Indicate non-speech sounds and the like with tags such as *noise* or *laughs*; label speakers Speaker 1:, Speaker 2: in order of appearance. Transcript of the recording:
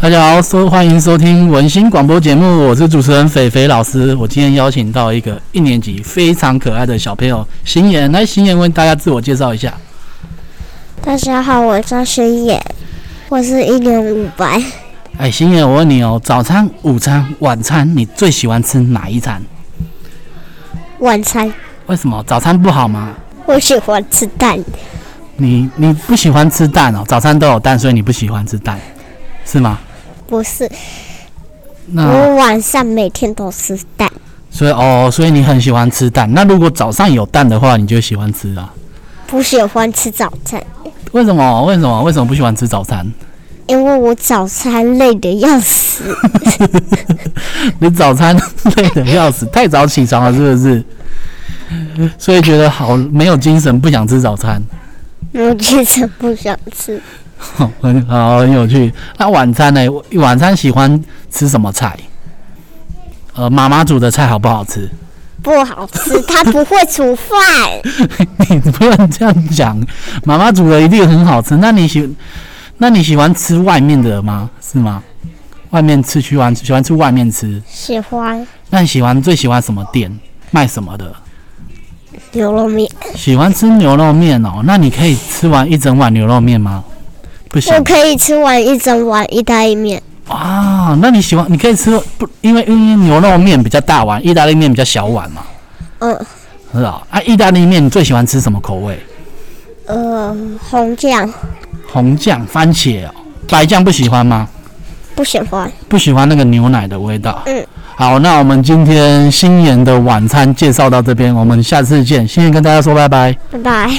Speaker 1: 大家好，收欢迎收听文心广播节目，我是主持人肥肥老师。我今天邀请到一个一年级非常可爱的小朋友心妍，来心妍为大家自我介绍一下。
Speaker 2: 大家好，我叫星野，我是一年五班。
Speaker 1: 哎，心妍，我问你哦，早餐、午餐、晚餐，你最喜欢吃哪一餐？
Speaker 2: 晚餐
Speaker 1: 为什么早餐不好吗？
Speaker 2: 我喜欢吃蛋，
Speaker 1: 你你不喜欢吃蛋哦，早餐都有蛋，所以你不喜欢吃蛋，是吗？
Speaker 2: 不是
Speaker 1: 那
Speaker 2: 我晚上每天都吃蛋。
Speaker 1: 所以哦，所以你很喜欢吃蛋。那如果早上有蛋的话，你就喜欢吃啊？
Speaker 2: 不喜欢吃早餐，
Speaker 1: 为什么？为什么？为什么不喜欢吃早餐？
Speaker 2: 因为我早餐累得要死。
Speaker 1: 你早餐累得要死，太早起床了是不是？所以觉得好没有精神，不想吃早餐， *laughs*
Speaker 2: 我其实不想吃
Speaker 1: 很好很有趣。那晚餐呢？晚餐喜欢吃什么菜？呃，妈妈煮的菜好不好吃？ *laughs*
Speaker 2: 不好 *laughs* 吃，他不会煮饭。
Speaker 1: 你不能这样讲，妈妈煮的一定很好吃。那你喜，那你喜欢吃外面的吗？是吗？外面吃去玩，喜欢吃外面吃。
Speaker 2: 喜欢
Speaker 1: 那你喜欢最喜欢什么店？卖什么的？
Speaker 2: 牛肉 *laughs* 面，
Speaker 1: 喜欢吃牛肉面哦，那你可以吃完一整碗牛肉面吗？不行
Speaker 2: 我可以吃完一整碗意大利面。
Speaker 1: 啊，那你喜欢你可以吃不？因为因为牛肉面比较大碗，意大利面比较小碗嘛，
Speaker 2: 嗯
Speaker 1: 是吧？啊，意大利面你最喜欢吃什么口味？
Speaker 2: 呃，红酱
Speaker 1: 红酱、番茄、哦，白酱不喜欢吗？
Speaker 2: 不喜欢。
Speaker 1: 不喜欢那个牛奶的味道。
Speaker 2: 嗯，
Speaker 1: 好，那我们今天新妍的晚餐介绍到这边，我们下次见。新妍跟大家说拜拜。
Speaker 2: 拜拜。